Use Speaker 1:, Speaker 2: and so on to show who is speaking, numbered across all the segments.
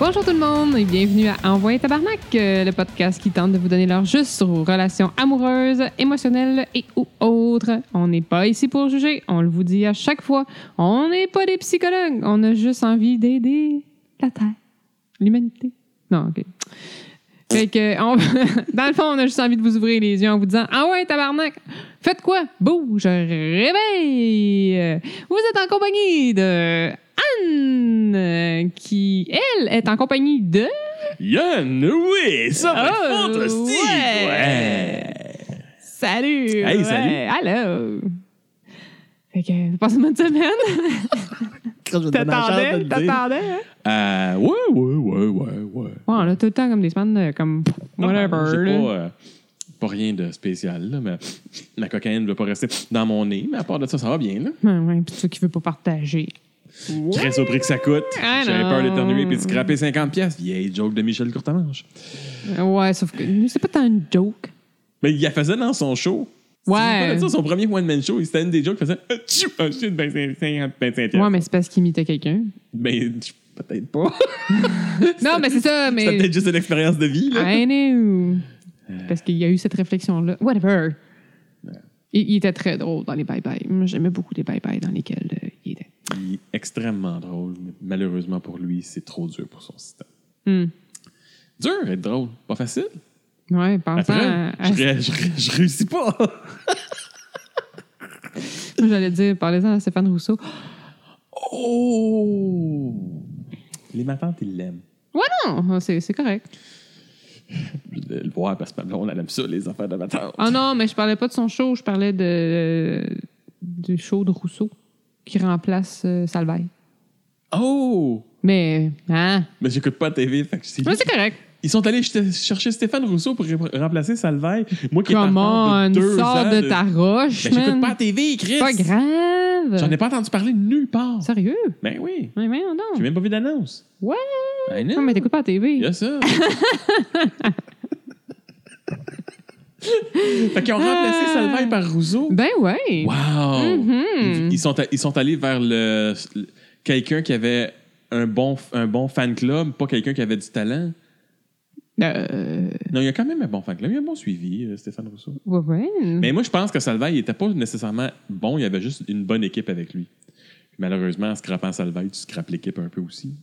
Speaker 1: Bonjour tout le monde et bienvenue à Envoyer Tabarnak, euh, le podcast qui tente de vous donner l'heure juste sur vos relations amoureuses, émotionnelles et ou autres. On n'est pas ici pour juger, on le vous dit à chaque fois. On n'est pas des psychologues, on a juste envie d'aider la Terre, l'humanité. Non, OK. Fait que, on- dans le fond, on a juste envie de vous ouvrir les yeux en vous disant Ah ouais, tabarnak, faites quoi Bouge, réveille Vous êtes en compagnie de Anne, euh, qui, elle, est en compagnie de.
Speaker 2: Yann, oui, ça va être
Speaker 1: Oh,
Speaker 2: fantastique!
Speaker 1: ouais.
Speaker 2: Ouais!
Speaker 1: Salut
Speaker 2: Hey, salut.
Speaker 1: Hello Fait que, passe une bonne semaine
Speaker 3: Quand je vais te donner la chance de
Speaker 1: T'attendais
Speaker 3: le dire.
Speaker 1: T'attendais hein?
Speaker 2: Euh, ouais, ouais, ouais, ouais, ouais.
Speaker 1: Ouais, on a tout le temps comme des semaines euh, comme.
Speaker 2: Non,
Speaker 1: Whatever.
Speaker 2: j'ai
Speaker 1: là.
Speaker 2: Pas, euh, pas rien de spécial, là, mais la cocaïne ne veut pas rester dans mon nez, mais à part de ça, ça va bien, là.
Speaker 1: Ouais, ouais, pis toi qui veux pas partager.
Speaker 2: Très au prix que ça coûte.
Speaker 1: Ah,
Speaker 2: J'avais
Speaker 1: non.
Speaker 2: peur d'éternuer puis de scraper 50 pièces. Vieille joke de Michel Courtemanche.
Speaker 1: Ouais, sauf que nous, c'est pas tant une joke.
Speaker 2: Mais il la faisait dans son show.
Speaker 1: Ouais.
Speaker 2: C'est ça, son premier one-man show, c'était une des jokes qui faisait Ah, tchou! Ah, shit, ben, c'est 50 25 piastres.
Speaker 1: Ouais, mais c'est parce qu'il imitait quelqu'un.
Speaker 2: Ben, tch, peut-être pas.
Speaker 1: Non, mais c'est ça,
Speaker 2: C'était
Speaker 1: mais.
Speaker 2: peut-être juste une expérience de vie, là.
Speaker 1: I know.
Speaker 2: Euh.
Speaker 1: Parce qu'il y a eu cette réflexion-là. Whatever. Il, il était très drôle dans les bye-bye. Moi, j'aimais beaucoup les bye-bye dans lesquels euh, il était.
Speaker 2: Il est extrêmement drôle, mais malheureusement pour lui, c'est trop dur pour son système.
Speaker 1: Hmm.
Speaker 2: Dur être drôle, pas facile.
Speaker 1: Ouais, pensant
Speaker 2: Après,
Speaker 1: à. à-
Speaker 2: je, ré- je ré- je réussis pas.
Speaker 1: Moi, J'allais dire, parlez-en à Stéphane Rousseau.
Speaker 2: Oh! Les matantes, ils l'aiment.
Speaker 1: Ouais, non, euh, c'est c'est correct.
Speaker 2: Je vais le voir parce que ma blonde, elle aime ça, les affaires de matantes.
Speaker 1: Ah non, mais je parlais pas de son show, je parlais de, du show de Rousseau qui remplace euh, Salvaille.
Speaker 2: Oh!
Speaker 1: Mais, hein?
Speaker 2: Mais j'écoute pas la TV, fait que c'est
Speaker 1: Ouais, c'est correct.
Speaker 2: Ils sont allés ch- chercher Stéphane Rousseau pour rem- remplacer Salvaille. Moi qui est en retard
Speaker 1: Comment?
Speaker 2: de deux
Speaker 1: Sors
Speaker 2: ans
Speaker 1: de ta roche,
Speaker 2: Ben, j'écoute
Speaker 1: man.
Speaker 2: pas la TV, Chris!
Speaker 1: C'est pas grave.
Speaker 2: J'en ai pas entendu parler nulle part.
Speaker 1: Sérieux?
Speaker 2: Ben oui.
Speaker 1: Mais voyons donc.
Speaker 2: J'ai même pas vu d'annonce.
Speaker 1: Ouais.
Speaker 2: Ben
Speaker 1: Non, mais t'écoutes pas la TV.
Speaker 2: Il y a ça. fait qu'ils ont remplacé
Speaker 1: Ah.
Speaker 2: Salvaille par Rousseau.
Speaker 1: Ben ouais.
Speaker 2: Wow!
Speaker 1: Mhm.
Speaker 2: Ils- ils, sont, a- ils sont allés vers le, le- quelqu'un qui avait un bon, f- un bon fan club, pas quelqu'un qui avait du talent.
Speaker 1: Euh,
Speaker 2: Non, il y a quand même un bon fan club. Il y a un bon suivi, euh, Stéphane Rousseau.
Speaker 1: ouais, ouais.
Speaker 2: Mais moi, je pense que Salvaille n'était pas nécessairement bon. Il y avait juste une bonne équipe avec lui. Puis Malheureusement, en scrapant Salvaille, tu scrapes l'équipe un peu aussi.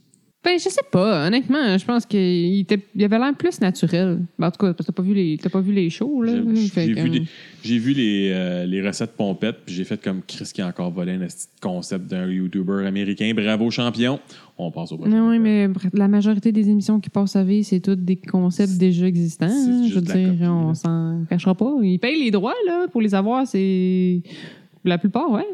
Speaker 1: Ben, je sais pas, honnêtement. Je pense qu'il était- il avait l'air plus naturel. Ben, en tout cas, parce que t'as pas vu les, t'as pas vu les shows, là.
Speaker 2: J'ai-
Speaker 1: Mhm, Fait
Speaker 2: J'ai
Speaker 1: que,
Speaker 2: vu, les, j'ai vu les, euh, les recettes pompettes, puis j'ai fait comme Chris qui a encore volé un esti de concept d'un YouTuber américain. Bravo, champion! On passe au prochain.
Speaker 1: Non, oui, mais bref, la majorité des émissions qui passent à vie, c'est toutes des concepts déjà existants.
Speaker 2: c'est
Speaker 1: hein.
Speaker 2: juste
Speaker 1: je veux
Speaker 2: de la
Speaker 1: dire,
Speaker 2: copie,
Speaker 1: on
Speaker 2: là.
Speaker 1: s'en cachera pas. Ils payent les droits, là, pour les avoir, c'est. La plupart, ouais.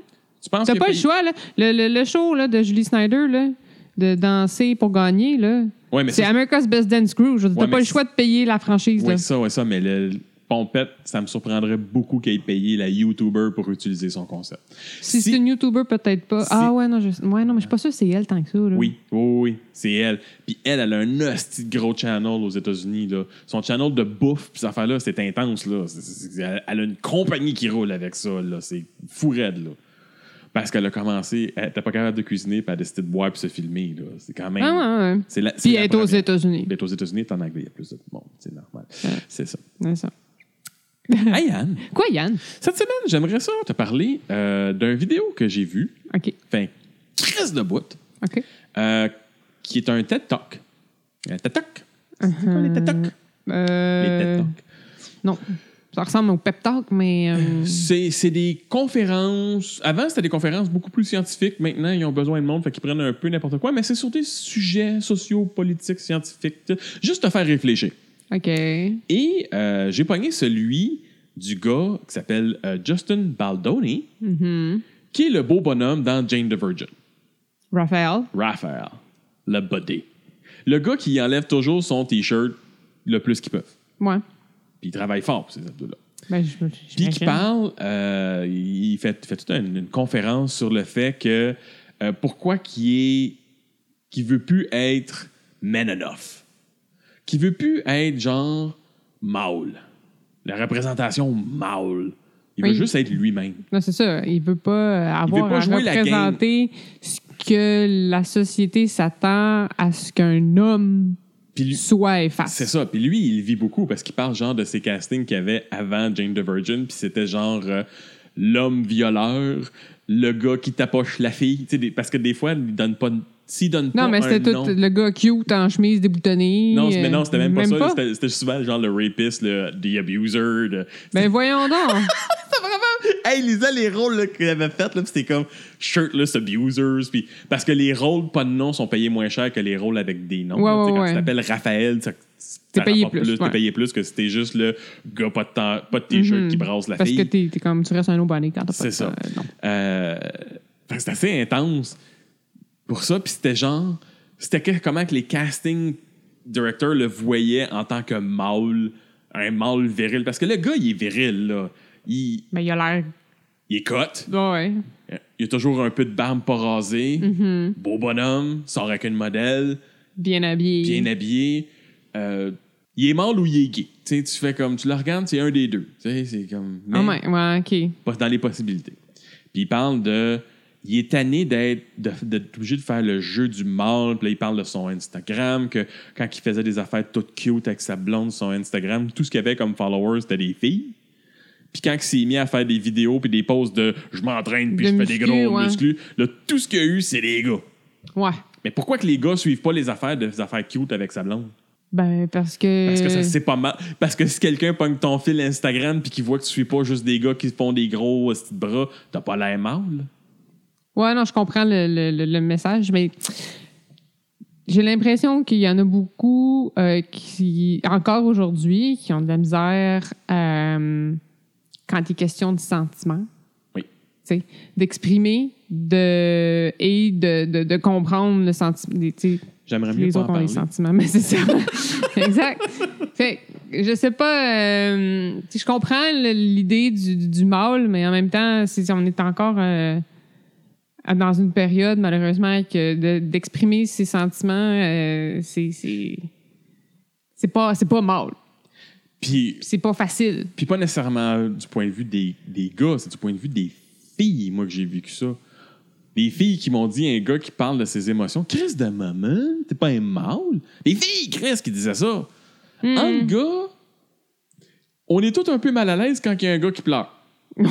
Speaker 2: Tu penses
Speaker 1: T'as
Speaker 2: que
Speaker 1: pas le
Speaker 2: paye-
Speaker 1: choix, là. Le, le- le show là, de Julie Snyder, là, de danser pour gagner, là.
Speaker 2: Ouais, mais
Speaker 1: C'est
Speaker 2: ça,
Speaker 1: America's Best Dance Crew. Je veux dire, T'as
Speaker 2: Ouais,
Speaker 1: pas
Speaker 2: mais
Speaker 1: le choix de payer la franchise,
Speaker 2: ouais,
Speaker 1: là.
Speaker 2: ça, ouais, ça, mais le le pompette, ça me surprendrait beaucoup qu'elle ait payé la YouTuber pour utiliser son concept.
Speaker 1: Si,
Speaker 2: si-
Speaker 1: c'est une YouTuber, peut-être pas.
Speaker 2: Si-
Speaker 1: Ah ouais, non, je... ouais, non, mais je suis pas sûre que c'est elle tant que ça, là.
Speaker 2: Oui, oui, oui, c'est elle. Puis elle, elle a un hostie de gros channel aux États-Unis. là. Son channel de bouffe, puis cette affaire-là, c'est intense. Là. C'est- c'est- c'est- elle, elle a une compagnie qui roule avec ça. Là. C'est fou raide. Là. Parce qu'elle a commencé, elle n'était pas capable de cuisiner, puis elle a décidé de boire puis se filmer. Là. C'est quand même.
Speaker 1: Ah ouais, ouais.
Speaker 2: C'est la, c'est
Speaker 1: Puis
Speaker 2: la
Speaker 1: elle est aux
Speaker 2: première.
Speaker 1: États-Unis.
Speaker 2: Elle est aux États-Unis, t'en anglais, il y a plus de monde, c'est normal. C'est ça.
Speaker 1: C'est ça.
Speaker 2: Hey Anne,
Speaker 1: Quoi, Yann?
Speaker 2: cette semaine, j'aimerais ça te parler euh, d'une vidéo que j'ai vue,
Speaker 1: OK.
Speaker 2: enfin, crise de bout,
Speaker 1: OK.
Speaker 2: euh, qui est un TED Talk. Un TED Talk. C'est quoi les TED Talk? Les
Speaker 1: Euh,
Speaker 2: TED Talk.
Speaker 1: Non. Ça ressemble au pep talk, mais. euh,
Speaker 2: C'est c'est des conférences. Avant, c'était des conférences beaucoup plus scientifiques. Maintenant, ils ont besoin de monde, fait qu'ils prennent un peu n'importe quoi, mais c'est sur des sujets sociaux, politiques, scientifiques, tu sais, juste te faire réfléchir.
Speaker 1: OK.
Speaker 2: Et euh, j'ai pogné celui du gars qui s'appelle euh, Justin Baldoni,
Speaker 1: Mhm.
Speaker 2: qui est le beau bonhomme dans Jane the Virgin.
Speaker 1: Raphaël.
Speaker 2: Raphaël, le body. Le gars qui enlève toujours son T-shirt le plus qu'il peut.
Speaker 1: Ouais.
Speaker 2: Puis il travaille fort pour ces abdos-là.
Speaker 1: Ben, je, je-
Speaker 2: Puis qui
Speaker 1: j'imagine.
Speaker 2: parle, euh, il fait, fait toute une, une conférence sur le fait que euh, pourquoi qui est qui veut plus être man enough, qui veut plus être genre mâle. La représentation mâle. Il veut
Speaker 1: Oui.
Speaker 2: juste être lui-même.
Speaker 1: Non, c'est ça. Il veut pas euh, avoir
Speaker 2: veut pas
Speaker 1: à
Speaker 2: jouer la game.
Speaker 1: représenter ce que la société s'attend à ce qu'un homme
Speaker 2: Puis lui-
Speaker 1: soit et fasse.
Speaker 2: C'est ça. Puis lui, il vit beaucoup parce qu'il parle genre de ses castings qu'il y avait avant Jane the Virgin. Puis c'était genre euh, l'homme violeur, le gars qui tapoche la fille. Tu sais, des- parce que des fois, il donne pas. S'il donne pas.
Speaker 1: Non, mais
Speaker 2: un
Speaker 1: c'était tout
Speaker 2: nom-
Speaker 1: le gars cute en chemise déboutonnée.
Speaker 2: Non, c'est- mais
Speaker 1: euh,
Speaker 2: non, c'était même pas ça. C'était- C'était souvent genre le rapist, le the abuser. le-
Speaker 1: Ben voyons donc.
Speaker 2: Hey, Lisa, les rôles là, qu'elle avait fait, là, pis c'était comme shirtless abusers. Puis parce que les rôles pas de nom sont payés moins cher que les rôles avec des noms.
Speaker 1: Ouais,
Speaker 2: là. Tu sais,
Speaker 1: ouais,
Speaker 2: quand
Speaker 1: ouais.
Speaker 2: tu t'appelles Raphaël, ça- ça
Speaker 1: payé
Speaker 2: rapporte
Speaker 1: plus, ouais.
Speaker 2: T'es payé plus que si t'es juste le gars pas de, temps- pas de t-shirt
Speaker 1: Mhm.
Speaker 2: qui brasse la
Speaker 1: Parce
Speaker 2: fille.
Speaker 1: que t'es t'es comme, tu restes un no-bonnet quand t'as pas
Speaker 2: C'est ça.
Speaker 1: euh, non.
Speaker 2: Euh, fait que c'est assez intense pour ça. Puis c'était genre, c'était que- comment que les casting directors le voyaient en tant que mâle, un mâle viril. Parce que le gars, il est viril, là. Il,
Speaker 1: Ben il a l'air.
Speaker 2: il est cut.
Speaker 1: Ouais, ouais.
Speaker 2: Il a toujours un peu de barbe pas rasée. Beau bonhomme, sort avec une modèle,
Speaker 1: Bien habillé.
Speaker 2: bien habillé. Euh, il est mâle ou il est gay. Tu sais, tu fais comme, tu le regardes, c'est un des deux. Tu sais, c'est comme.
Speaker 1: Ah, ouais,
Speaker 2: mais-
Speaker 1: ouais, ok.
Speaker 2: pas- dans les possibilités. Puis il parle de. Il est tanné d'être de- d'être obligé de faire le jeu du mal. Puis là, il parle de son Instagram, que quand il faisait des affaires toutes cute avec sa blonde, son Instagram, tout ce qu'il avait comme followers, c'était des filles. Puis quand il s'est mis à faire des vidéos puis des posts de je m'entraîne puis
Speaker 1: De
Speaker 2: je fais
Speaker 1: muscu,
Speaker 2: des gros
Speaker 1: ouais.
Speaker 2: muscles, là, tout ce qu'il y a eu, c'est des gars.
Speaker 1: Ouais.
Speaker 2: Mais pourquoi que les gars suivent pas les affaires de des affaires cute avec sa blonde?
Speaker 1: Ben parce que.
Speaker 2: Parce que ça, c'est pas mal. Parce que si quelqu'un pogne ton fil Instagram puis qu'il voit que tu suis pas juste des gars qui font des gros euh, petits bras, t'as pas l'air mâle.
Speaker 1: Ouais, non, je comprends le, le- le- le message, mais j'ai l'impression qu'il y en a beaucoup euh, qui, encore aujourd'hui, qui ont de la misère euh, quand il est question de sentiments.
Speaker 2: Oui.
Speaker 1: Tu sais, d'exprimer de, et de, de- de comprendre le sentiment. des- tu sais,
Speaker 2: J'aimerais mieux
Speaker 1: les
Speaker 2: pas
Speaker 1: autres
Speaker 2: en
Speaker 1: ont les
Speaker 2: parler.
Speaker 1: sentiments, mais c'est ça. exact. Fait que je sais pas. euh, tu sais, je comprends le- l'idée du, du mâle, mais en même temps, si on est encore euh, dans une période, malheureusement, que de- d'exprimer ses sentiments, euh, c'est. c'est- C'est pas, c'est pas mâle.
Speaker 2: Puis,
Speaker 1: C'est pas facile.
Speaker 2: puis pas nécessairement du point de vue des, des gars, c'est du point de vue des filles, moi, que j'ai vécu ça. Des filles qui m'ont dit un gars qui parle de ses émotions. Chris de maman, t'es pas un mâle? Les filles, Chris, qui disaient ça.
Speaker 1: Hmm.
Speaker 2: Un gars, on est tous un peu mal à l'aise quand il y a un gars qui pleure.
Speaker 1: Ouais.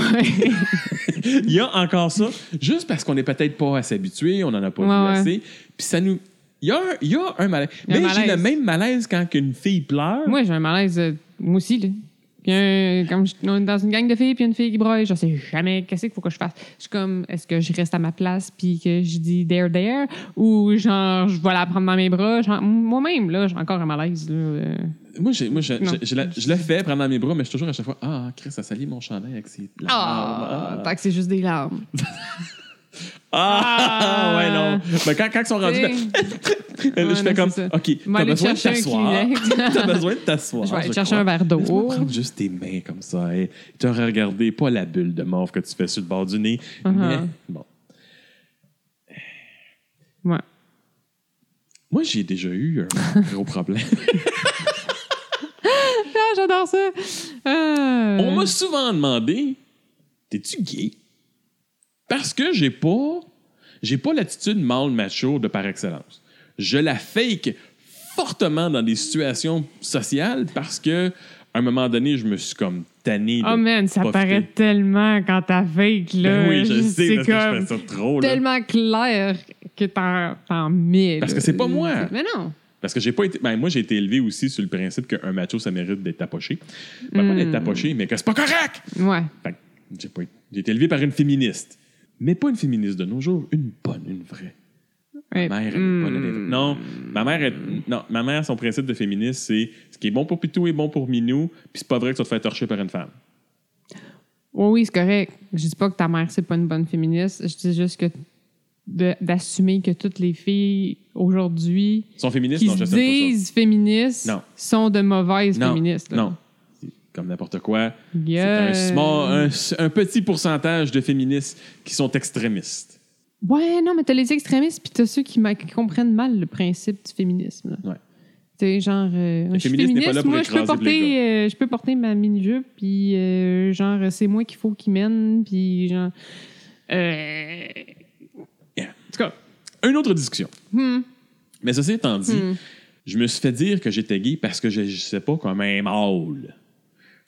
Speaker 2: Il y a encore ça, juste parce qu'on n'est peut-être pas assez habitué, on n'en a pas
Speaker 1: Ouais, ouais.
Speaker 2: vu assez. Puis ça nous. Il y a un, il y a un malaise.
Speaker 1: Il y a un
Speaker 2: Mais j'ai le
Speaker 1: malaise.
Speaker 2: même malaise quand une fille pleure.
Speaker 1: moi, j'ai un malaise, euh, moi aussi, là. Puis, euh, comme je- on est dans une gang de filles, puis il y a une fille qui broye, je sais jamais qu'est-ce qu'il faut que je fasse. Je suis comme, est-ce que je reste à ma place, puis que je dis there, there, ou genre, je vais la prendre dans mes bras. Genre, Moi-même, là, j'ai encore un malaise, là. euh.
Speaker 2: Moi, j'ai- moi, je,
Speaker 1: Non.
Speaker 2: je- je la, je la fais prendre dans mes bras, mais je suis toujours à chaque fois Ah, Chris, ça salit mon chandail avec ses. larmes.
Speaker 1: Ah,
Speaker 2: Ah,
Speaker 1: tant que c'est juste des larmes.
Speaker 2: Ah, ouais, non. Mais quand, quand ils sont rendus là,
Speaker 1: Ouais,
Speaker 2: je fais
Speaker 1: non,
Speaker 2: comme
Speaker 1: c'est ça.
Speaker 2: Ok,
Speaker 1: Moi,
Speaker 2: t'as
Speaker 1: aller
Speaker 2: besoin de
Speaker 1: chercher un
Speaker 2: t'asseoir.
Speaker 1: Kleenex.
Speaker 2: T'as besoin de t'asseoir.
Speaker 1: Je vais aller chercher
Speaker 2: crois.
Speaker 1: un verre d'eau.
Speaker 2: Laisse-moi prendre juste tes mains comme ça. Hein. Tu aurais regardé pas la bulle de morve que tu fais sur le bord du nez.
Speaker 1: Uh-huh.
Speaker 2: Mais bon.
Speaker 1: Ouais.
Speaker 2: Moi, j'ai déjà eu un gros problème.
Speaker 1: Ah, j'adore ça. Euh,
Speaker 2: On m'a souvent demandé T'es-tu gay Parce que j'ai pas j'ai pas l'attitude mâle macho de par excellence. Je la fake fortement dans des situations sociales parce que à un moment donné, je me suis comme tanné de
Speaker 1: Oh man, ça
Speaker 2: pas
Speaker 1: paraît
Speaker 2: fitter.
Speaker 1: tellement quand t'as fake, là.
Speaker 2: Ben oui, je sais
Speaker 1: euh, C'est
Speaker 2: parce que je
Speaker 1: comme
Speaker 2: fais ça trop là.
Speaker 1: tellement clair que t'en, t'en mets.
Speaker 2: Parce
Speaker 1: là.
Speaker 2: que c'est pas moi.
Speaker 1: Mais non.
Speaker 2: Parce que j'ai pas été. Ben, moi, j'ai été élevé aussi sur le principe qu'un macho, ça mérite d'être tapoché. Ben, Pas
Speaker 1: Mm.
Speaker 2: d'être tapoché, mais que c'est pas correct!
Speaker 1: Ouais.
Speaker 2: Fait que j'ai pas été- j'ai été élevé par une féministe. Mais pas une féministe de nos jours, une bonne, une vraie.
Speaker 1: Ouais.
Speaker 2: Ma mère, elle est
Speaker 1: Hmm.
Speaker 2: bonne, elle est vraie. Non, ma mère, elle- non, ma mère, son principe de féministe, c'est ce qui est bon pour Pitou est bon pour Minou, puis c'est pas vrai que tu vas te faire torcher par une femme.
Speaker 1: Oui, oui, c'est correct. Je dis pas que ta mère, c'est pas une bonne féministe. Je dis juste que de- d'assumer que toutes les filles aujourd'hui
Speaker 2: Son féministe,
Speaker 1: qui
Speaker 2: non,
Speaker 1: se
Speaker 2: je sais
Speaker 1: disent féministes
Speaker 2: Non.
Speaker 1: sont de mauvaises
Speaker 2: pas ça. Non,
Speaker 1: féministes. là.
Speaker 2: non. C'est Comme n'importe quoi.
Speaker 1: Yeah.
Speaker 2: C'est un, small- un s- un petit pourcentage de féministes qui sont extrémistes.
Speaker 1: Ouais, non, mais t'as les extrémistes puis t'as ceux qui, ma- qui comprennent mal le principe du féminisme. là.
Speaker 2: Ouais.
Speaker 1: sais, genre, euh, je suis
Speaker 2: féministe n'est
Speaker 1: féministe,
Speaker 2: pas là pour
Speaker 1: moi, je peux,
Speaker 2: écraser les
Speaker 1: porter, euh, je peux porter ma mini-jupe, puis euh, genre, c'est moi qu'il faut qu'il mène, puis genre... euh,
Speaker 2: Yeah.
Speaker 1: En tout cas,
Speaker 2: Une autre discussion.
Speaker 1: hmm,
Speaker 2: Mais ceci étant dit,
Speaker 1: hmm.
Speaker 2: je me suis fait dire que j'étais gay parce que je sais pas comme un mâle.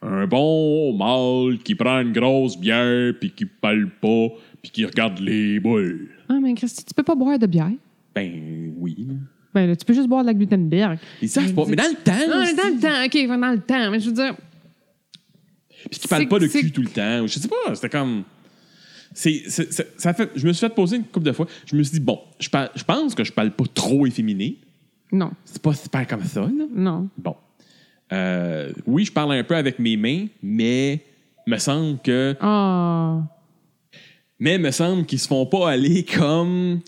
Speaker 2: Un bon mâle qui prend une grosse bière, puis qui parle pas, puis qui regarde les boules.
Speaker 1: Ah, mais Christy, tu peux pas boire de bière.
Speaker 2: Ben oui.
Speaker 1: Ben là, tu peux juste boire de la glutenberg.
Speaker 2: Ils savent pas. Mais dans le temps,
Speaker 1: Ah,
Speaker 2: là,
Speaker 1: mais dans le temps, OK, dans le temps, mais je veux dire...
Speaker 2: Puis qui parle
Speaker 1: C'est-
Speaker 2: pas de
Speaker 1: c'est-
Speaker 2: cul tout le temps. ou Je sais pas, c'était comme. C'est, c'est- c'est- ça fait, je me suis fait poser une couple de fois. Je me suis dit, bon, je, parle- je pense que je parle pas trop efféminé.
Speaker 1: Non,
Speaker 2: C'est pas super comme ça, là.
Speaker 1: non.
Speaker 2: Bon. Euh, oui, je parle un peu avec mes mains, mais me semble que.
Speaker 1: Ah...
Speaker 2: Mais me semble qu'ils se font pas aller comme.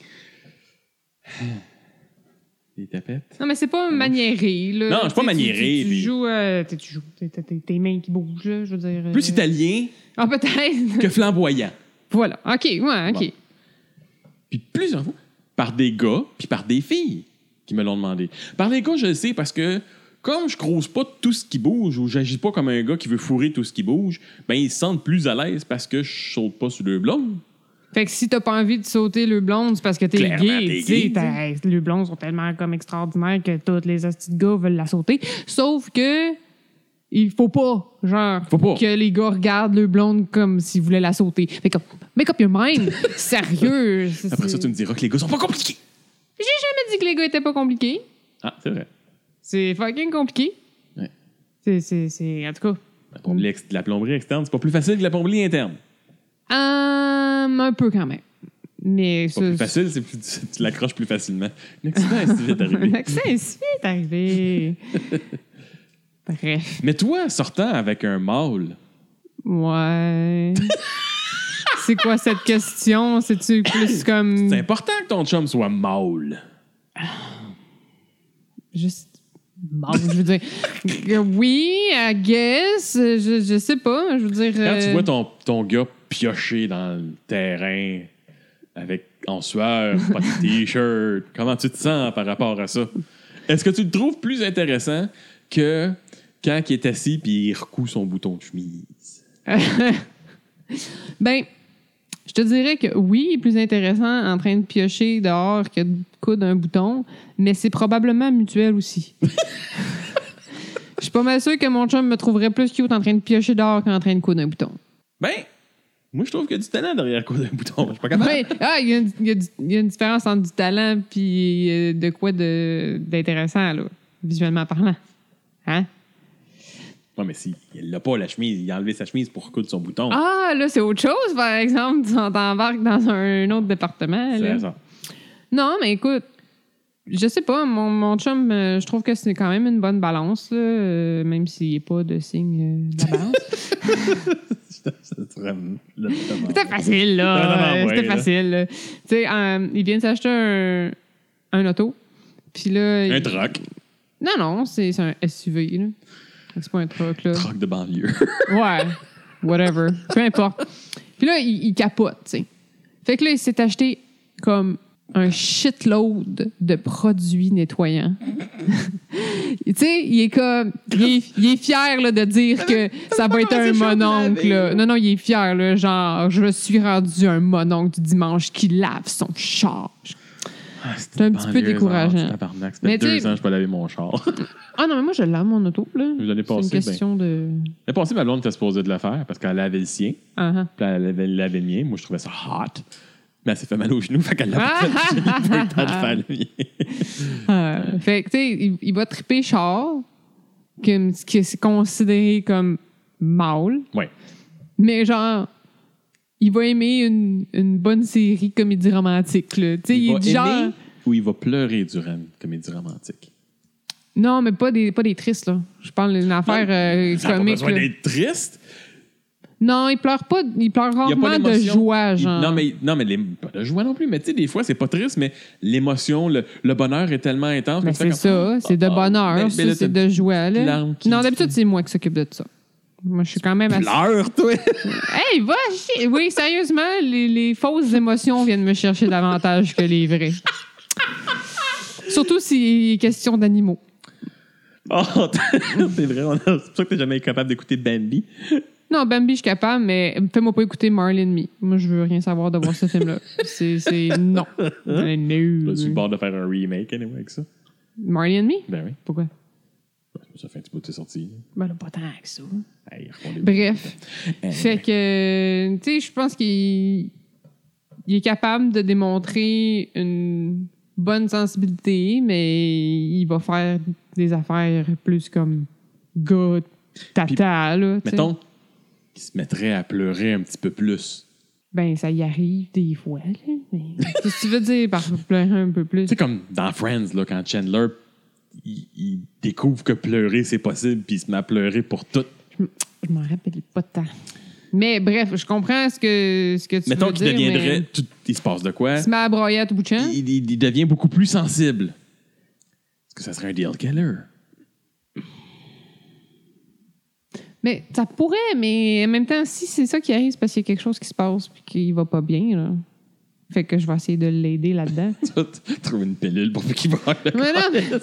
Speaker 2: Des tapettes.
Speaker 1: Non, mais c'est pas maniéré, là.
Speaker 2: Non, je suis pas
Speaker 1: Tu sais, tu-
Speaker 2: maniéré,
Speaker 1: Tu, tu
Speaker 2: puis-
Speaker 1: joues... euh, t'es- tu joues... t'es- t'as Tes tes mains qui bougent, là, je veux dire... euh,
Speaker 2: Plus italien
Speaker 1: Ah, peut-être.
Speaker 2: que flamboyant.
Speaker 1: Voilà. OK, ouais, OK.
Speaker 2: Bon. Puis plusieurs fois, par des gars, puis par des filles qui me l'ont demandé. Par les gars, je le sais parce que comme je croise pas tout ce qui bouge ou j'agis pas comme un gars qui veut fourrer tout ce qui bouge, ben ils se sentent plus à l'aise parce que je saute pas sur le blonde.
Speaker 1: Fait que si t'as pas envie de sauter le blonde, c'est parce que t'es
Speaker 2: Clairement, t'es
Speaker 1: gay.
Speaker 2: gay,
Speaker 1: tu sais. T'as- Le blonde sont tellement comme extraordinaires que tous les hosties de gars veulent la sauter. Sauf que il faut pas, genre,
Speaker 2: Faut pas.
Speaker 1: que les gars regardent le blonde comme s'ils voulaient la sauter. Fait comme, make up your mind. Sérieux. c'est-
Speaker 2: Après ça,
Speaker 1: c'est-
Speaker 2: tu me diras que les gars sont pas compliqués.
Speaker 1: J'ai jamais dit que les gars étaient pas compliqués.
Speaker 2: Ah, c'est vrai.
Speaker 1: C'est fucking compliqué.
Speaker 2: Ouais.
Speaker 1: C'est- C'est, c'est, en tout cas.
Speaker 2: La plomberie, ex- la plomberie externe, c'est pas plus facile que la plomberie interne.
Speaker 1: hum, un peu quand même. Mais
Speaker 2: C'est pas plus
Speaker 1: ça-
Speaker 2: facile, c'est plus, tu l'accroches plus facilement. L'accident est si vite arrivé.
Speaker 1: L'accent est si vite arrivé. Bref,
Speaker 2: Mais toi, sortant avec un mâle,
Speaker 1: ouais. C'est quoi cette question? C'est-tu plus comme.
Speaker 2: c'est important que ton chum soit mâle.
Speaker 1: Juste. Bon, je veux dire. que Oui, I guess. Je, je sais pas. Je veux dire.
Speaker 2: Quand tu
Speaker 1: euh,
Speaker 2: vois ton, ton gars piocher dans le terrain avec en sueur, pas de t-shirt, comment tu te sens par rapport à ça? Est-ce que tu le trouves plus intéressant que quand il est assis puis il recoue son bouton de chemise?
Speaker 1: Ben, je te dirais que oui, il est plus intéressant en train de piocher dehors que de coudre un bouton, mais c'est probablement mutuel aussi. Je suis pas mal sûre que mon chum me trouverait plus cute en train de piocher dehors qu'en train de coudre un bouton.
Speaker 2: Ben, moi je trouve qu'il y a du talent derrière quoi d'un bouton. Je suis pas capable.
Speaker 1: Ouais, ah, il y, a une- il y a du- il y a une différence entre du talent puis euh, de quoi de- d'intéressant, là, visuellement parlant. Hein?
Speaker 2: Ouais, mais si, il l'a pas la chemise, il a enlevé sa chemise pour recoudre son bouton.
Speaker 1: Ah, là, c'est autre chose, par exemple. Tu t'embarques dans un autre département.
Speaker 2: C'est
Speaker 1: là.
Speaker 2: ça.
Speaker 1: Non, mais écoute, je sais pas, mon, mon chum, euh, je trouve que c'est quand même une bonne balance, là, euh, même s'il n'y a pas de signe euh, de la balance.
Speaker 2: C'est vraiment- là, vraiment-
Speaker 1: C'était facile,
Speaker 2: Non, non,
Speaker 1: là.
Speaker 2: non,
Speaker 1: euh,
Speaker 2: ouais,
Speaker 1: C'était
Speaker 2: là.
Speaker 1: facile. là. Tu sais, euh, il vient de s'acheter un, un auto. Puis là.
Speaker 2: Un
Speaker 1: il-
Speaker 2: troc.
Speaker 1: Non, non, c'est c'est un SUV, là. C'est pas un truc, là.
Speaker 2: Troc de banlieue.
Speaker 1: Ouais, whatever. Peu importe. Puis là, il, il capote, tu sais. Fait que là, il s'est acheté comme un shitload de produits nettoyants. tu sais, il est comme... Il est, il est fier là, de dire que ça va être un mononcle. là. Non, non, il est fier, là, genre, je suis rendu un mononcle du dimanche qui lave son char.
Speaker 2: Ah, C'est
Speaker 1: un petit peu décourageant.
Speaker 2: Tabarnak, ça
Speaker 1: Mais
Speaker 2: fait
Speaker 1: tu
Speaker 2: deux
Speaker 1: sais-
Speaker 2: ans que je peux laver mon char.
Speaker 1: Ah non, mais moi, je lave mon auto, là.
Speaker 2: Vous allez
Speaker 1: C'est une
Speaker 2: passer, ben.
Speaker 1: question de...
Speaker 2: Mais pensé, ma blonde était supposée de le faire parce qu'elle lavait le sien,
Speaker 1: Ah, ah.
Speaker 2: puis elle lavait, elle lavait le mien. Moi, je trouvais ça hot. Mais elle s'est fait mal aux genoux, fait qu'elle l'a pas
Speaker 1: Ah,
Speaker 2: fait. J'ai pas eu le temps de faire le mien.
Speaker 1: Euh, fait que, tu sais, il, il va triper char, que- qui est considéré comme mâle.
Speaker 2: Ouais.
Speaker 1: Mais genre, il va aimer une, une bonne série comédie romantique, là. Tu sais, il,
Speaker 2: va
Speaker 1: est du
Speaker 2: aimer
Speaker 1: genre.
Speaker 2: ou il va pleurer durant une comédie romantique.
Speaker 1: Non, mais pas des, pas des tristes, là. Je parle d'une affaire euh,
Speaker 2: Ça a pas
Speaker 1: comique,
Speaker 2: besoin
Speaker 1: là.
Speaker 2: d'être triste.
Speaker 1: Non, il pleure pas. Il pleure
Speaker 2: Il y a pas
Speaker 1: rarement de
Speaker 2: d'émotion.
Speaker 1: joie,
Speaker 2: Il-
Speaker 1: genre.
Speaker 2: Non, mais, non, mais les, pas de joie non plus. Mais tu sais, des fois, c'est pas triste, mais l'émotion, le, le bonheur est tellement intense.
Speaker 1: Mais
Speaker 2: que tu
Speaker 1: Ben, c'est
Speaker 2: fais comme-
Speaker 1: ça, c'est de
Speaker 2: Ah,
Speaker 1: bonheur,
Speaker 2: ben, ben
Speaker 1: ça,
Speaker 2: là,
Speaker 1: c'est
Speaker 2: t'as
Speaker 1: de joie, là.
Speaker 2: larme qui-
Speaker 1: Non, d'habitude, c'est moi qui s'occupe de ça. Moi, je suis quand même assez.
Speaker 2: Pleure, toi!
Speaker 1: Hey, va chier! Oui, sérieusement, les, les fausses émotions viennent me chercher davantage que les vraies. Surtout s'il est question d'animaux.
Speaker 4: Oh, c'est vrai, on a- c'est pour ça que t'es jamais capable d'écouter Bambi.
Speaker 1: Non, Bambi, je suis capable, mais fais-moi pas écouter Marley and Me. Moi, je veux rien savoir de voir ce film-là. C'est. c'est- Non. Euh,
Speaker 2: Là, sur le
Speaker 1: no.
Speaker 2: bord de faire un remake, anyway, avec ça.
Speaker 1: Marley and Me?
Speaker 2: Ben oui.
Speaker 1: Pourquoi?
Speaker 2: Ça fait un petit bout de t'es sorti.
Speaker 1: Ben, là, pas tant que ça.
Speaker 2: Hey, on est-
Speaker 1: Bref.
Speaker 2: Anyway.
Speaker 1: Ben, Fait que, tu sais, je pense qu'il il est capable de démontrer une bonne sensibilité, mais il va faire des affaires plus comme gars, tata, là. tu sais.
Speaker 2: Mettons qu'il se mettrait à pleurer un petit peu plus.
Speaker 1: Ben, ça y arrive des fois, là, mais. Qu'est-ce que tu veux dire par pleurer un peu plus?
Speaker 2: Tu sais, comme dans Friends, là, quand Chandler il, il découvre que pleurer, c'est possible, puis il se met à pleurer pour tout.
Speaker 1: Je m'en rappelle pas tant. Mais bref, je comprends ce que, ce que tu
Speaker 2: Mettons
Speaker 1: veux
Speaker 2: qu'il
Speaker 1: dire.
Speaker 2: deviendrait.
Speaker 1: mais
Speaker 2: tout- il se passe de quoi?
Speaker 1: Il se met à broyer à tout bout de champ.
Speaker 2: Il, il- il devient beaucoup plus sensible. Est-ce que ça serait un deal killer?
Speaker 1: Mais ça pourrait, mais en même temps, si c'est ça qui arrive, c'est parce qu'il y a quelque chose qui se passe puis qu'il va pas bien, là. Fait que je vais essayer de l'aider là-dedans.
Speaker 2: Tu vas t- trouver une pilule pour qu'il va
Speaker 1: mais non, mais- Mais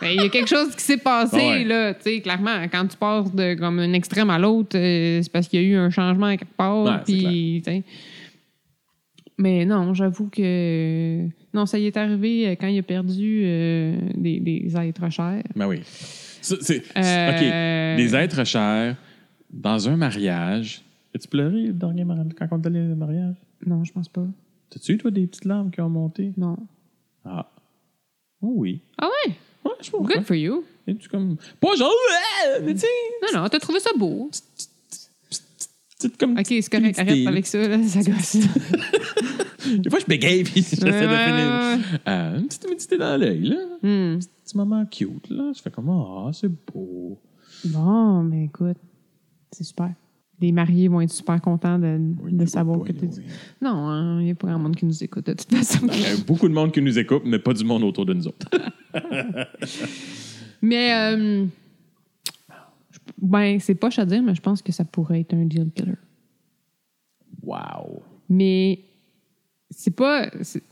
Speaker 1: Ben, il y a quelque chose qui s'est passé,
Speaker 2: Ouais.
Speaker 1: là. Tu sais, clairement, quand tu passes de comme un extrême à l'autre, euh, c'est parce qu'il y a eu un changement à quelque part.
Speaker 2: Ouais, c'est
Speaker 1: puis, tu sais. Mais non, j'avoue que. Non, ça y est arrivé euh, quand il a perdu euh, des, des êtres chers.
Speaker 2: Ben oui. Ça, c'est-
Speaker 1: Euh,
Speaker 2: OK. Des êtres chers dans un mariage.
Speaker 4: As-tu pleuré le dernier mariage, quand on est allé au mariage?
Speaker 1: Non, je pense pas.
Speaker 4: T'as-tu eu, toi, des petites larmes qui ont monté?
Speaker 1: Non.
Speaker 4: Ah. Oh oui.
Speaker 1: Ah ouais?
Speaker 4: Ouais, je sais pas.
Speaker 1: Good for you.
Speaker 4: Et tu comme. Pas genre.
Speaker 2: euh,
Speaker 4: Ouais,
Speaker 1: Mm.
Speaker 4: mais tu sais,
Speaker 1: Non, non, t'as trouvé ça beau.
Speaker 4: petite comme.
Speaker 1: Ok, c'est correct.
Speaker 4: Petite idée,
Speaker 1: Arrête
Speaker 4: là.
Speaker 1: avec ça, là, ça gosse.
Speaker 4: Des fois, je bégaye puis j'essaie de
Speaker 1: Ouais, ouais,
Speaker 4: finir.
Speaker 1: ouais,
Speaker 4: Euh, une petite humidité dans l'œil, là.
Speaker 1: ouais. Hmm.
Speaker 4: Un petit moment cute, là. Je fais comme, ah, c'est beau.
Speaker 1: Bon, mais écoute, c'est super. Les mariés vont être super contents de,
Speaker 2: Oui,
Speaker 1: de
Speaker 2: oui,
Speaker 1: savoir
Speaker 2: oui,
Speaker 1: que tu
Speaker 2: oui.
Speaker 1: Non, hein, il n'y a pas grand monde qui nous écoute de toute façon.
Speaker 2: Il y a Euh, beaucoup de monde qui nous écoute, mais pas du monde autour de nous autres.
Speaker 1: mais, euh, je- ben, c'est poche à dire, mais je pense que ça pourrait être un deal killer.
Speaker 2: Wow.
Speaker 1: Mais c'est pas. c'est-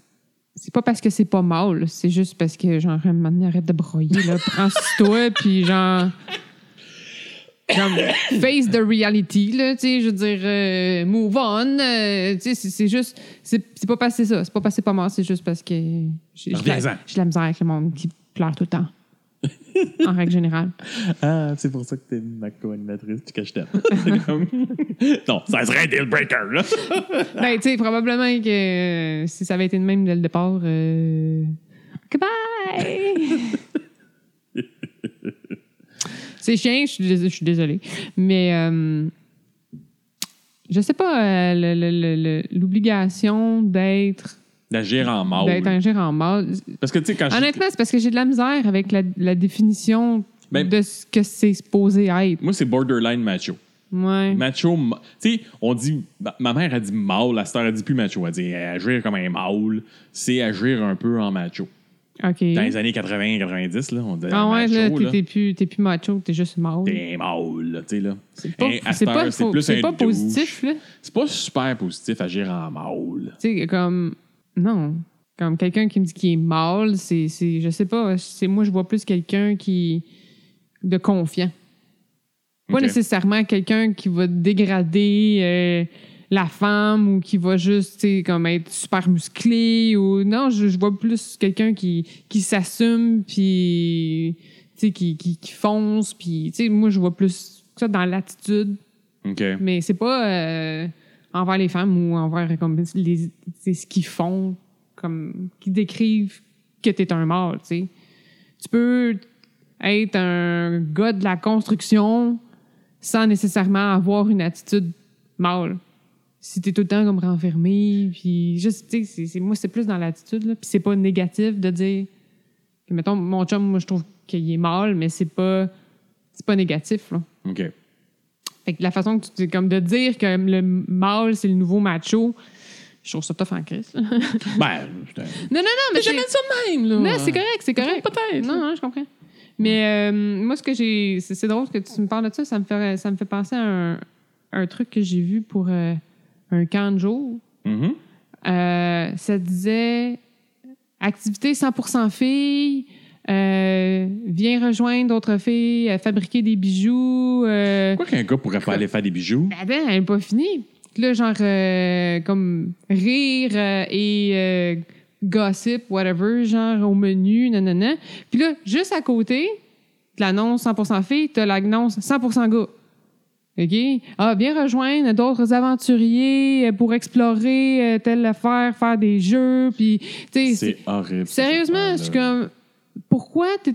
Speaker 1: C'est pas parce que c'est pas mal, c'est juste parce que, genre, un moment donné, arrête de broyer, là, prends sur toi, puis genre. Comme, face the reality, là, tu sais, je veux dire, euh, move on, euh, tu sais, c'est- c'est juste. C'est c'est pas passé ça, c'est pas passé pas mal, c'est juste parce que. J'ai j'ai de
Speaker 2: Reviens-en.
Speaker 1: la j'ai de la misère avec le monde qui pleure tout le temps. en règle générale.
Speaker 4: Ah, c'est pour ça que t'es ma co-animatrice, tu caches ta.
Speaker 2: Non, ça serait un deal breaker, là.
Speaker 1: Ben, tu sais, probablement que euh, si ça avait été le même dès le départ, euh, goodbye! C'est chiant, je suis dés- je suis désolée. Mais euh, je sais pas, euh, le- le- le- le- l'obligation d'être
Speaker 2: D'agir en mort.
Speaker 1: d'être un gérant mâle.
Speaker 2: Parce que, tu sais, quand je.
Speaker 1: Ben, Honnêtement, c'est parce que j'ai de la misère avec la, la définition
Speaker 2: Ben-
Speaker 1: de ce que c'est supposé être.
Speaker 2: Moi, c'est borderline macho.
Speaker 1: Ouais.
Speaker 2: Macho, ma- tu sais, on dit, ma- ma mère a dit mâle, à cette heure, elle dit plus macho. Elle dit euh, agir comme un mâle, c'est agir un peu en macho.
Speaker 1: OK.
Speaker 2: Dans les années 80-90, là, on disait
Speaker 1: Ah ouais, là,
Speaker 2: macho,
Speaker 1: t'es-
Speaker 2: là.
Speaker 1: t'es plus, t'es plus macho, t'es juste mâle.
Speaker 2: T'es un mâle, là, tu sais, là.
Speaker 1: C'est pas,
Speaker 2: Hein, à
Speaker 1: c'est
Speaker 2: cette
Speaker 1: pas,
Speaker 2: heure, c'est
Speaker 1: faux-
Speaker 2: plus
Speaker 1: c'est
Speaker 2: un
Speaker 1: pas
Speaker 2: douche.
Speaker 1: positif, là.
Speaker 2: C'est pas super positif agir en mâle.
Speaker 1: Tu sais, comme. Non. Comme quelqu'un qui me dit qu'il est mâle, c'est. c'est- Je sais pas. c'est Moi, je vois plus quelqu'un qui. de confiant. Pas
Speaker 2: Ok.
Speaker 1: nécessairement quelqu'un qui va dégrader euh, la femme ou qui va juste, tu sais, comme être super musclé ou. Non, je, je vois plus quelqu'un qui, qui s'assume puis. Tu sais, qui, qui, qui fonce puis. Tu sais, moi, je vois plus ça dans l'attitude
Speaker 2: OK.
Speaker 1: mais c'est pas euh, envers les femmes ou envers comme, les, c'est ce qu'ils font, comme qui décrivent que t'es un mâle, tu sais. Tu peux être un gars de la construction sans nécessairement avoir une attitude mâle. Si t'es tout le temps comme renfermé, puis juste, tu sais, c'est- c'est- moi, c'est plus dans l'attitude, là, puis c'est pas négatif de dire que, mettons, mon chum, moi, je trouve qu'il est mâle, mais c'est pas, c'est pas négatif, là.
Speaker 2: OK.
Speaker 1: Fait que la façon que tu dis, comme de dire que le mâle, c'est le nouveau macho, je trouve ça tough en crise. là. non,
Speaker 2: Ben, c'est un-
Speaker 1: non, non, mais c'est...
Speaker 4: ça de même, là.
Speaker 1: Non, c'est correct, c'est correct. Peut-être. Non, non, je comprends. Mais euh, moi, ce que j'ai... C'est, c'est drôle que tu me parles de ça. Ça me fait, ça me fait penser à un, un truc que j'ai vu pour euh, un camp de jour.
Speaker 2: Mhm.
Speaker 1: Euh, ça disait activité 100% filles, Euh, viens rejoindre d'autres filles, euh, fabriquer des bijoux. euh,
Speaker 2: Pourquoi qu'un gars pourrait pas aller faire des bijoux?
Speaker 1: ben, Attends, elle n'est pas finie. Puis là, genre, euh, comme rire euh, et euh, gossip, whatever, genre au menu, nanana. Puis là, juste à côté de l'annonce 100% fille, t'as l'annonce 100% gars. OK? Ah, viens rejoindre d'autres aventuriers euh, pour explorer euh, telle affaire, faire des jeux, puis, tu sais, c'est-
Speaker 2: C'est horrible. ces
Speaker 1: Sérieusement,
Speaker 2: affaires-là.
Speaker 1: je suis comme. Pourquoi t'es.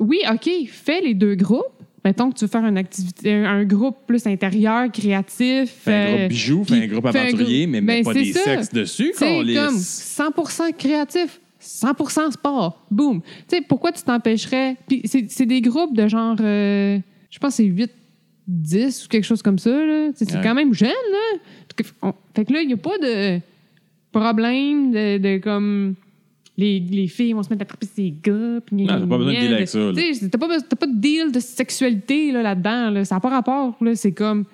Speaker 1: Oui, OK, fais les deux groupes. Mettons que tu veux faire une activité, un groupe plus intérieur, créatif.
Speaker 2: Fais un
Speaker 1: euh,
Speaker 2: Ben, groupe bijoux, fais
Speaker 1: puis
Speaker 2: un groupe
Speaker 1: fais un
Speaker 2: aventurier,
Speaker 1: groupe-
Speaker 2: mais mets
Speaker 1: Ben,
Speaker 2: pas
Speaker 1: c'est
Speaker 2: des
Speaker 1: ça.
Speaker 2: sexes dessus,
Speaker 1: tu sais,
Speaker 2: qu'on
Speaker 1: comme 100 créatif, 100 sport. Boum. Tu sais, pourquoi tu t'empêcherais? Puis c'est c'est des groupes de genre, euh, je pense que c'est 8, 10 ou quelque chose comme ça. là. Tu sais, C'est
Speaker 2: Ouais.
Speaker 1: quand même jeune. Là. Fait que- on- Fait que là, il n'y a pas de problème de, de comme. Les, les filles vont se mettre à triper sur les gars. puis
Speaker 2: Non, t'as pas besoin de dealer avec ça, là.
Speaker 1: Tu sais, T'as pas, be- t'as pas de deal de sexualité là, là-dedans. là. Ça n'a pas rapport. là. C'est comme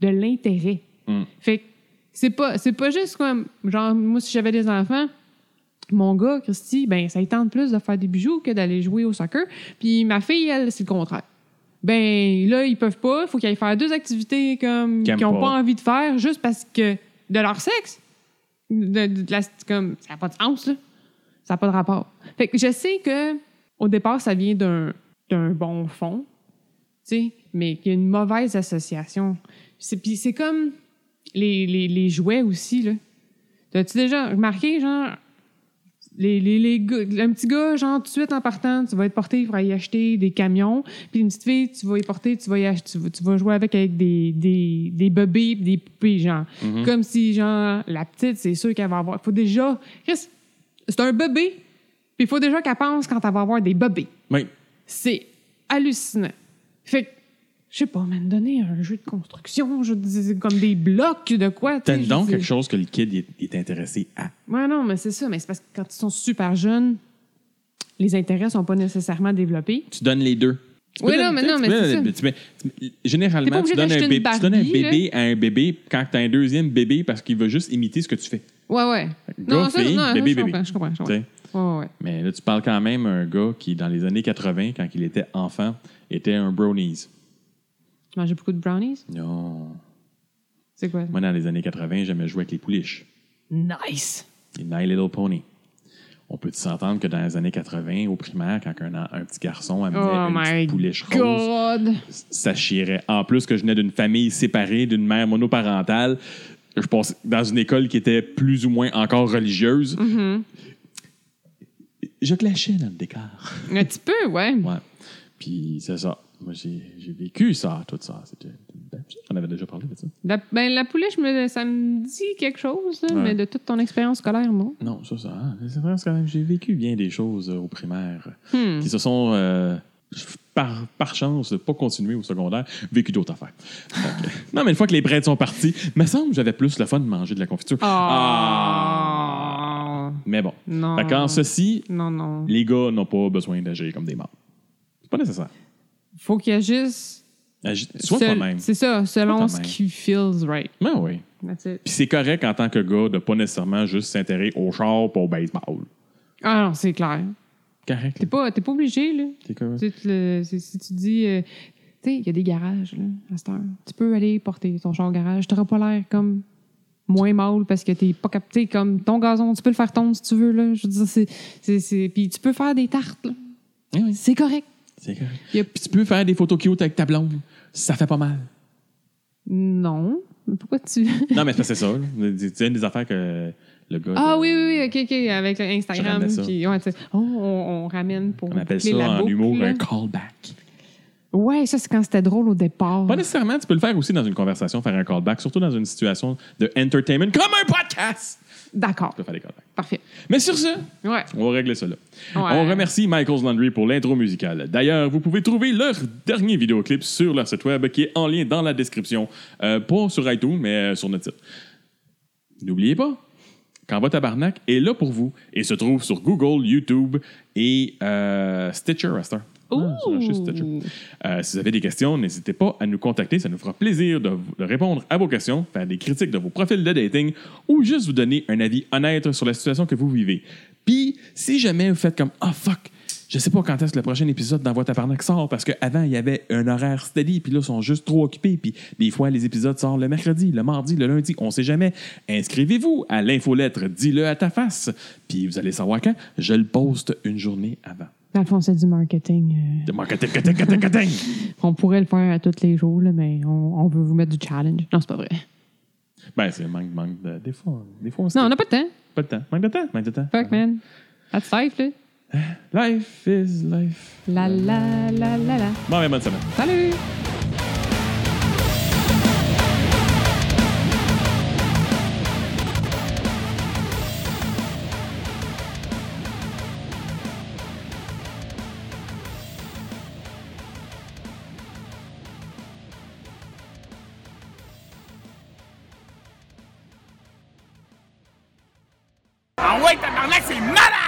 Speaker 1: de l'intérêt.
Speaker 2: Hmm.
Speaker 1: Fait que c'est pas, c'est pas juste comme, genre, moi, si j'avais des enfants, mon gars, Christy, ben, ça lui tente plus de faire des bijoux que d'aller jouer au soccer. Puis ma fille, elle, c'est le contraire. Ben, là, ils peuvent pas. Il faut qu'ils aillent faire deux activités comme
Speaker 2: Qu'ils
Speaker 1: qu'ils n'ont
Speaker 2: aiment
Speaker 1: pas.
Speaker 2: pas.
Speaker 1: envie de faire juste parce que de leur sexe. De, de- de la- comme, ça n'a pas de sens, là. Ça n'a pas de rapport. Fait que je sais que, au départ, ça vient d'un, d'un bon fond, tu sais, mais qu'il y a une mauvaise association. C'est, puis c'est comme les, les, les jouets aussi, là. T'as-tu déjà remarqué, genre, les, les, les gars- un petit gars, genre, tout de suite en partant, tu vas être porté pour aller acheter des camions, puis une petite fille, tu vas y porter, tu vas, y ach- tu vas, tu vas jouer avec, avec des, des, des bébés pis des poupées, genre.
Speaker 2: Mm-hmm.
Speaker 1: Comme si, genre, la petite, c'est sûr qu'elle va avoir... faut déjà... Chris, c'est un bébé, puis il faut déjà qu'elle pense quand elle va avoir des bébés.
Speaker 2: Oui.
Speaker 1: C'est hallucinant. Fait que, je sais pas, même donner un jeu de construction, je dis, comme des blocs de quoi. tu sais,
Speaker 2: T'as
Speaker 1: je
Speaker 2: donc
Speaker 1: dis-
Speaker 2: quelque chose que le kid est, est intéressé à.
Speaker 1: Ouais, non, mais c'est ça. Mais c'est parce que quand ils sont super jeunes, les intérêts sont pas nécessairement développés.
Speaker 2: Tu donnes les deux. Tu peux
Speaker 1: Oui,
Speaker 2: donner-
Speaker 1: non, mais
Speaker 2: tu sais,
Speaker 1: non,
Speaker 2: tu
Speaker 1: mais
Speaker 2: peux
Speaker 1: c'est
Speaker 2: donner-
Speaker 1: ça.
Speaker 2: tu mets- tu mets-
Speaker 1: T'es pas
Speaker 2: Généralement,
Speaker 1: obligé
Speaker 2: tu donnes, un
Speaker 1: d'acheter
Speaker 2: bébé,
Speaker 1: une
Speaker 2: tu donnes un
Speaker 1: Barbie,
Speaker 2: bébé à un bébé quand t'as un deuxième bébé parce qu'il veut juste imiter ce que tu fais.
Speaker 1: Ouais, ouais.
Speaker 2: Go, fille, bébé,
Speaker 1: je
Speaker 2: bébé.
Speaker 1: comprends, je comprends. Je
Speaker 2: tu
Speaker 1: comprends.
Speaker 2: sais.
Speaker 1: Ouais, ouais.
Speaker 2: Mais là, tu parles quand même à un gars qui, dans les années 80, quand il était enfant, était un brownies.
Speaker 1: Tu mangeais beaucoup de brownies?
Speaker 2: Non.
Speaker 1: C'est quoi?
Speaker 2: Moi, dans les années 80, j'aimais jouer avec les pouliches.
Speaker 1: Nice!
Speaker 2: Les My Little Pony. On peut s'entendre que dans les années 80, au primaire, quand un, en- un petit garçon amenait
Speaker 1: Oh
Speaker 2: une
Speaker 1: my
Speaker 2: petite pouliche rose,
Speaker 1: God!
Speaker 2: ça chierait. En plus que je venais d'une famille séparée, d'une mère monoparentale. Je pense dans une école qui était plus ou moins encore religieuse. Je clashais dans le décor.
Speaker 1: Un petit peu, ouais.
Speaker 2: Ouais. Puis c'est ça. Moi, j'ai j'ai vécu ça, tout ça. C'était une belle chose. On avait déjà parlé de ça.
Speaker 1: La, ben, la poulet, je me, ça me dit quelque chose, là,
Speaker 2: Ouais.
Speaker 1: mais de toute ton expérience scolaire, non.
Speaker 2: Non, ça, ça. ah, c'est vrai, c'est quand même. J'ai vécu bien des choses euh, au primaire
Speaker 1: Hmm.
Speaker 2: qui se sont, euh, par, par chance, pas continuées au secondaire, vécu d'autres affaires. Fait que- non, mais une fois que les prêtres sont partis, me semble que j'avais plus le fun de manger de la confiture.
Speaker 1: Ah!
Speaker 2: Mais bon.
Speaker 1: Non.
Speaker 2: Fait qu'en ceci,
Speaker 1: Non, non.
Speaker 2: les gars n'ont pas besoin d'agir comme des morts. C'est pas nécessaire.
Speaker 1: Faut qu'ils agissent.
Speaker 2: Agis- sois
Speaker 1: sel-
Speaker 2: toi-même.
Speaker 1: C'est ça, selon ce
Speaker 2: toi-même.
Speaker 1: qui feels right.
Speaker 2: Ben oui.
Speaker 1: That's it.
Speaker 2: Puis c'est correct en tant que gars de pas nécessairement juste s'intéresser au char pour au baseball.
Speaker 1: Ah non, c'est clair.
Speaker 2: Correct.
Speaker 1: T'es pas, t'es pas obligé, là.
Speaker 2: T'es correct.
Speaker 1: Tu sais, tu le- si- si tu dis... euh, tu sais, il y a des garages, là, à cette heure. Tu peux aller porter ton char au garage. T'auras pas l'air comme moins mal parce que t'es pas capté comme ton gazon. Tu peux le faire tomber si tu veux, là. Je veux dire, c'est... c'est- c'est- Puis tu peux faire des tartes, là.
Speaker 2: Ah oui.
Speaker 1: C'est correct.
Speaker 2: C'est correct.
Speaker 1: Y a-
Speaker 2: Puis tu peux faire des photos cute avec ta blonde. Ça fait pas mal.
Speaker 1: Non. Mais Pourquoi tu...
Speaker 2: Non, mais c'est parce que c'est ça. là. C'est c'est une des affaires que le gars.
Speaker 1: Ah
Speaker 2: euh,
Speaker 1: oui, oui, oui, ok, ok, avec Instagram.
Speaker 2: ramenais ça.
Speaker 1: Puis, ouais, tu sais, oh, on, on ramène pour.
Speaker 2: On appelle ça
Speaker 1: boucler la
Speaker 2: en
Speaker 1: boucle,
Speaker 2: humour
Speaker 1: là.
Speaker 2: un callback.
Speaker 1: Ouais, ça, c'est quand c'était drôle au départ.
Speaker 2: Pas nécessairement, tu peux le faire aussi dans une conversation, faire un callback, surtout dans une situation de entertainment comme un podcast.
Speaker 1: D'accord,
Speaker 2: Tu peux faire des callbacks.
Speaker 1: parfait.
Speaker 2: Mais sur ce,
Speaker 1: Ouais.
Speaker 2: on va régler cela.
Speaker 1: Ouais.
Speaker 2: On remercie Michael's Laundry pour l'intro musicale. D'ailleurs, vous pouvez trouver leur dernier vidéoclip sur leur site web qui est en lien dans la description. Euh, pas sur iTunes, mais euh, sur notre site. N'oubliez pas, Quand va tabarnak est là pour vous et se trouve sur Google, YouTube et euh, Stitcher à cette heure. Ah, sur- chez Stitcher.
Speaker 1: Ouh.
Speaker 2: Euh, si vous avez des questions, n'hésitez pas à nous contacter. Ça nous fera plaisir de, de répondre à vos questions, faire des critiques de vos profils de dating ou juste vous donner un avis honnête sur la situation que vous vivez. Puis, si jamais vous faites comme Ah fuck, je sais pas quand est-ce que le prochain épisode d'Envoi Tabarnak sort, parce qu'avant, il y avait un horaire steady, puis là, ils sont juste trop occupés, puis des fois, les épisodes sortent le mercredi, le mardi, le lundi, on sait jamais. Inscrivez-vous à l'infolettre, dis-le à ta face, puis vous allez savoir quand. Je le poste une journée avant.
Speaker 1: Dans le fond, c'est du marketing. euh,
Speaker 2: De marketing, marketing, marketing, marketing.
Speaker 1: on pourrait le faire à tous les jours, là, mais on, on veut vous mettre du challenge. Non, c'est pas vrai.
Speaker 2: Ben, c'est manque, manque de. Des fois, des fois, on se
Speaker 1: Non, on n'a pas de temps.
Speaker 2: pas le temps. Manque de temps, manque de temps.
Speaker 1: Fuck, man. That's life, là.
Speaker 2: Life is life.
Speaker 1: La la la la la.
Speaker 2: Bon, ben, bonne semaine.
Speaker 1: Salut!
Speaker 5: Ah ouais, tabarnak, c'est malade!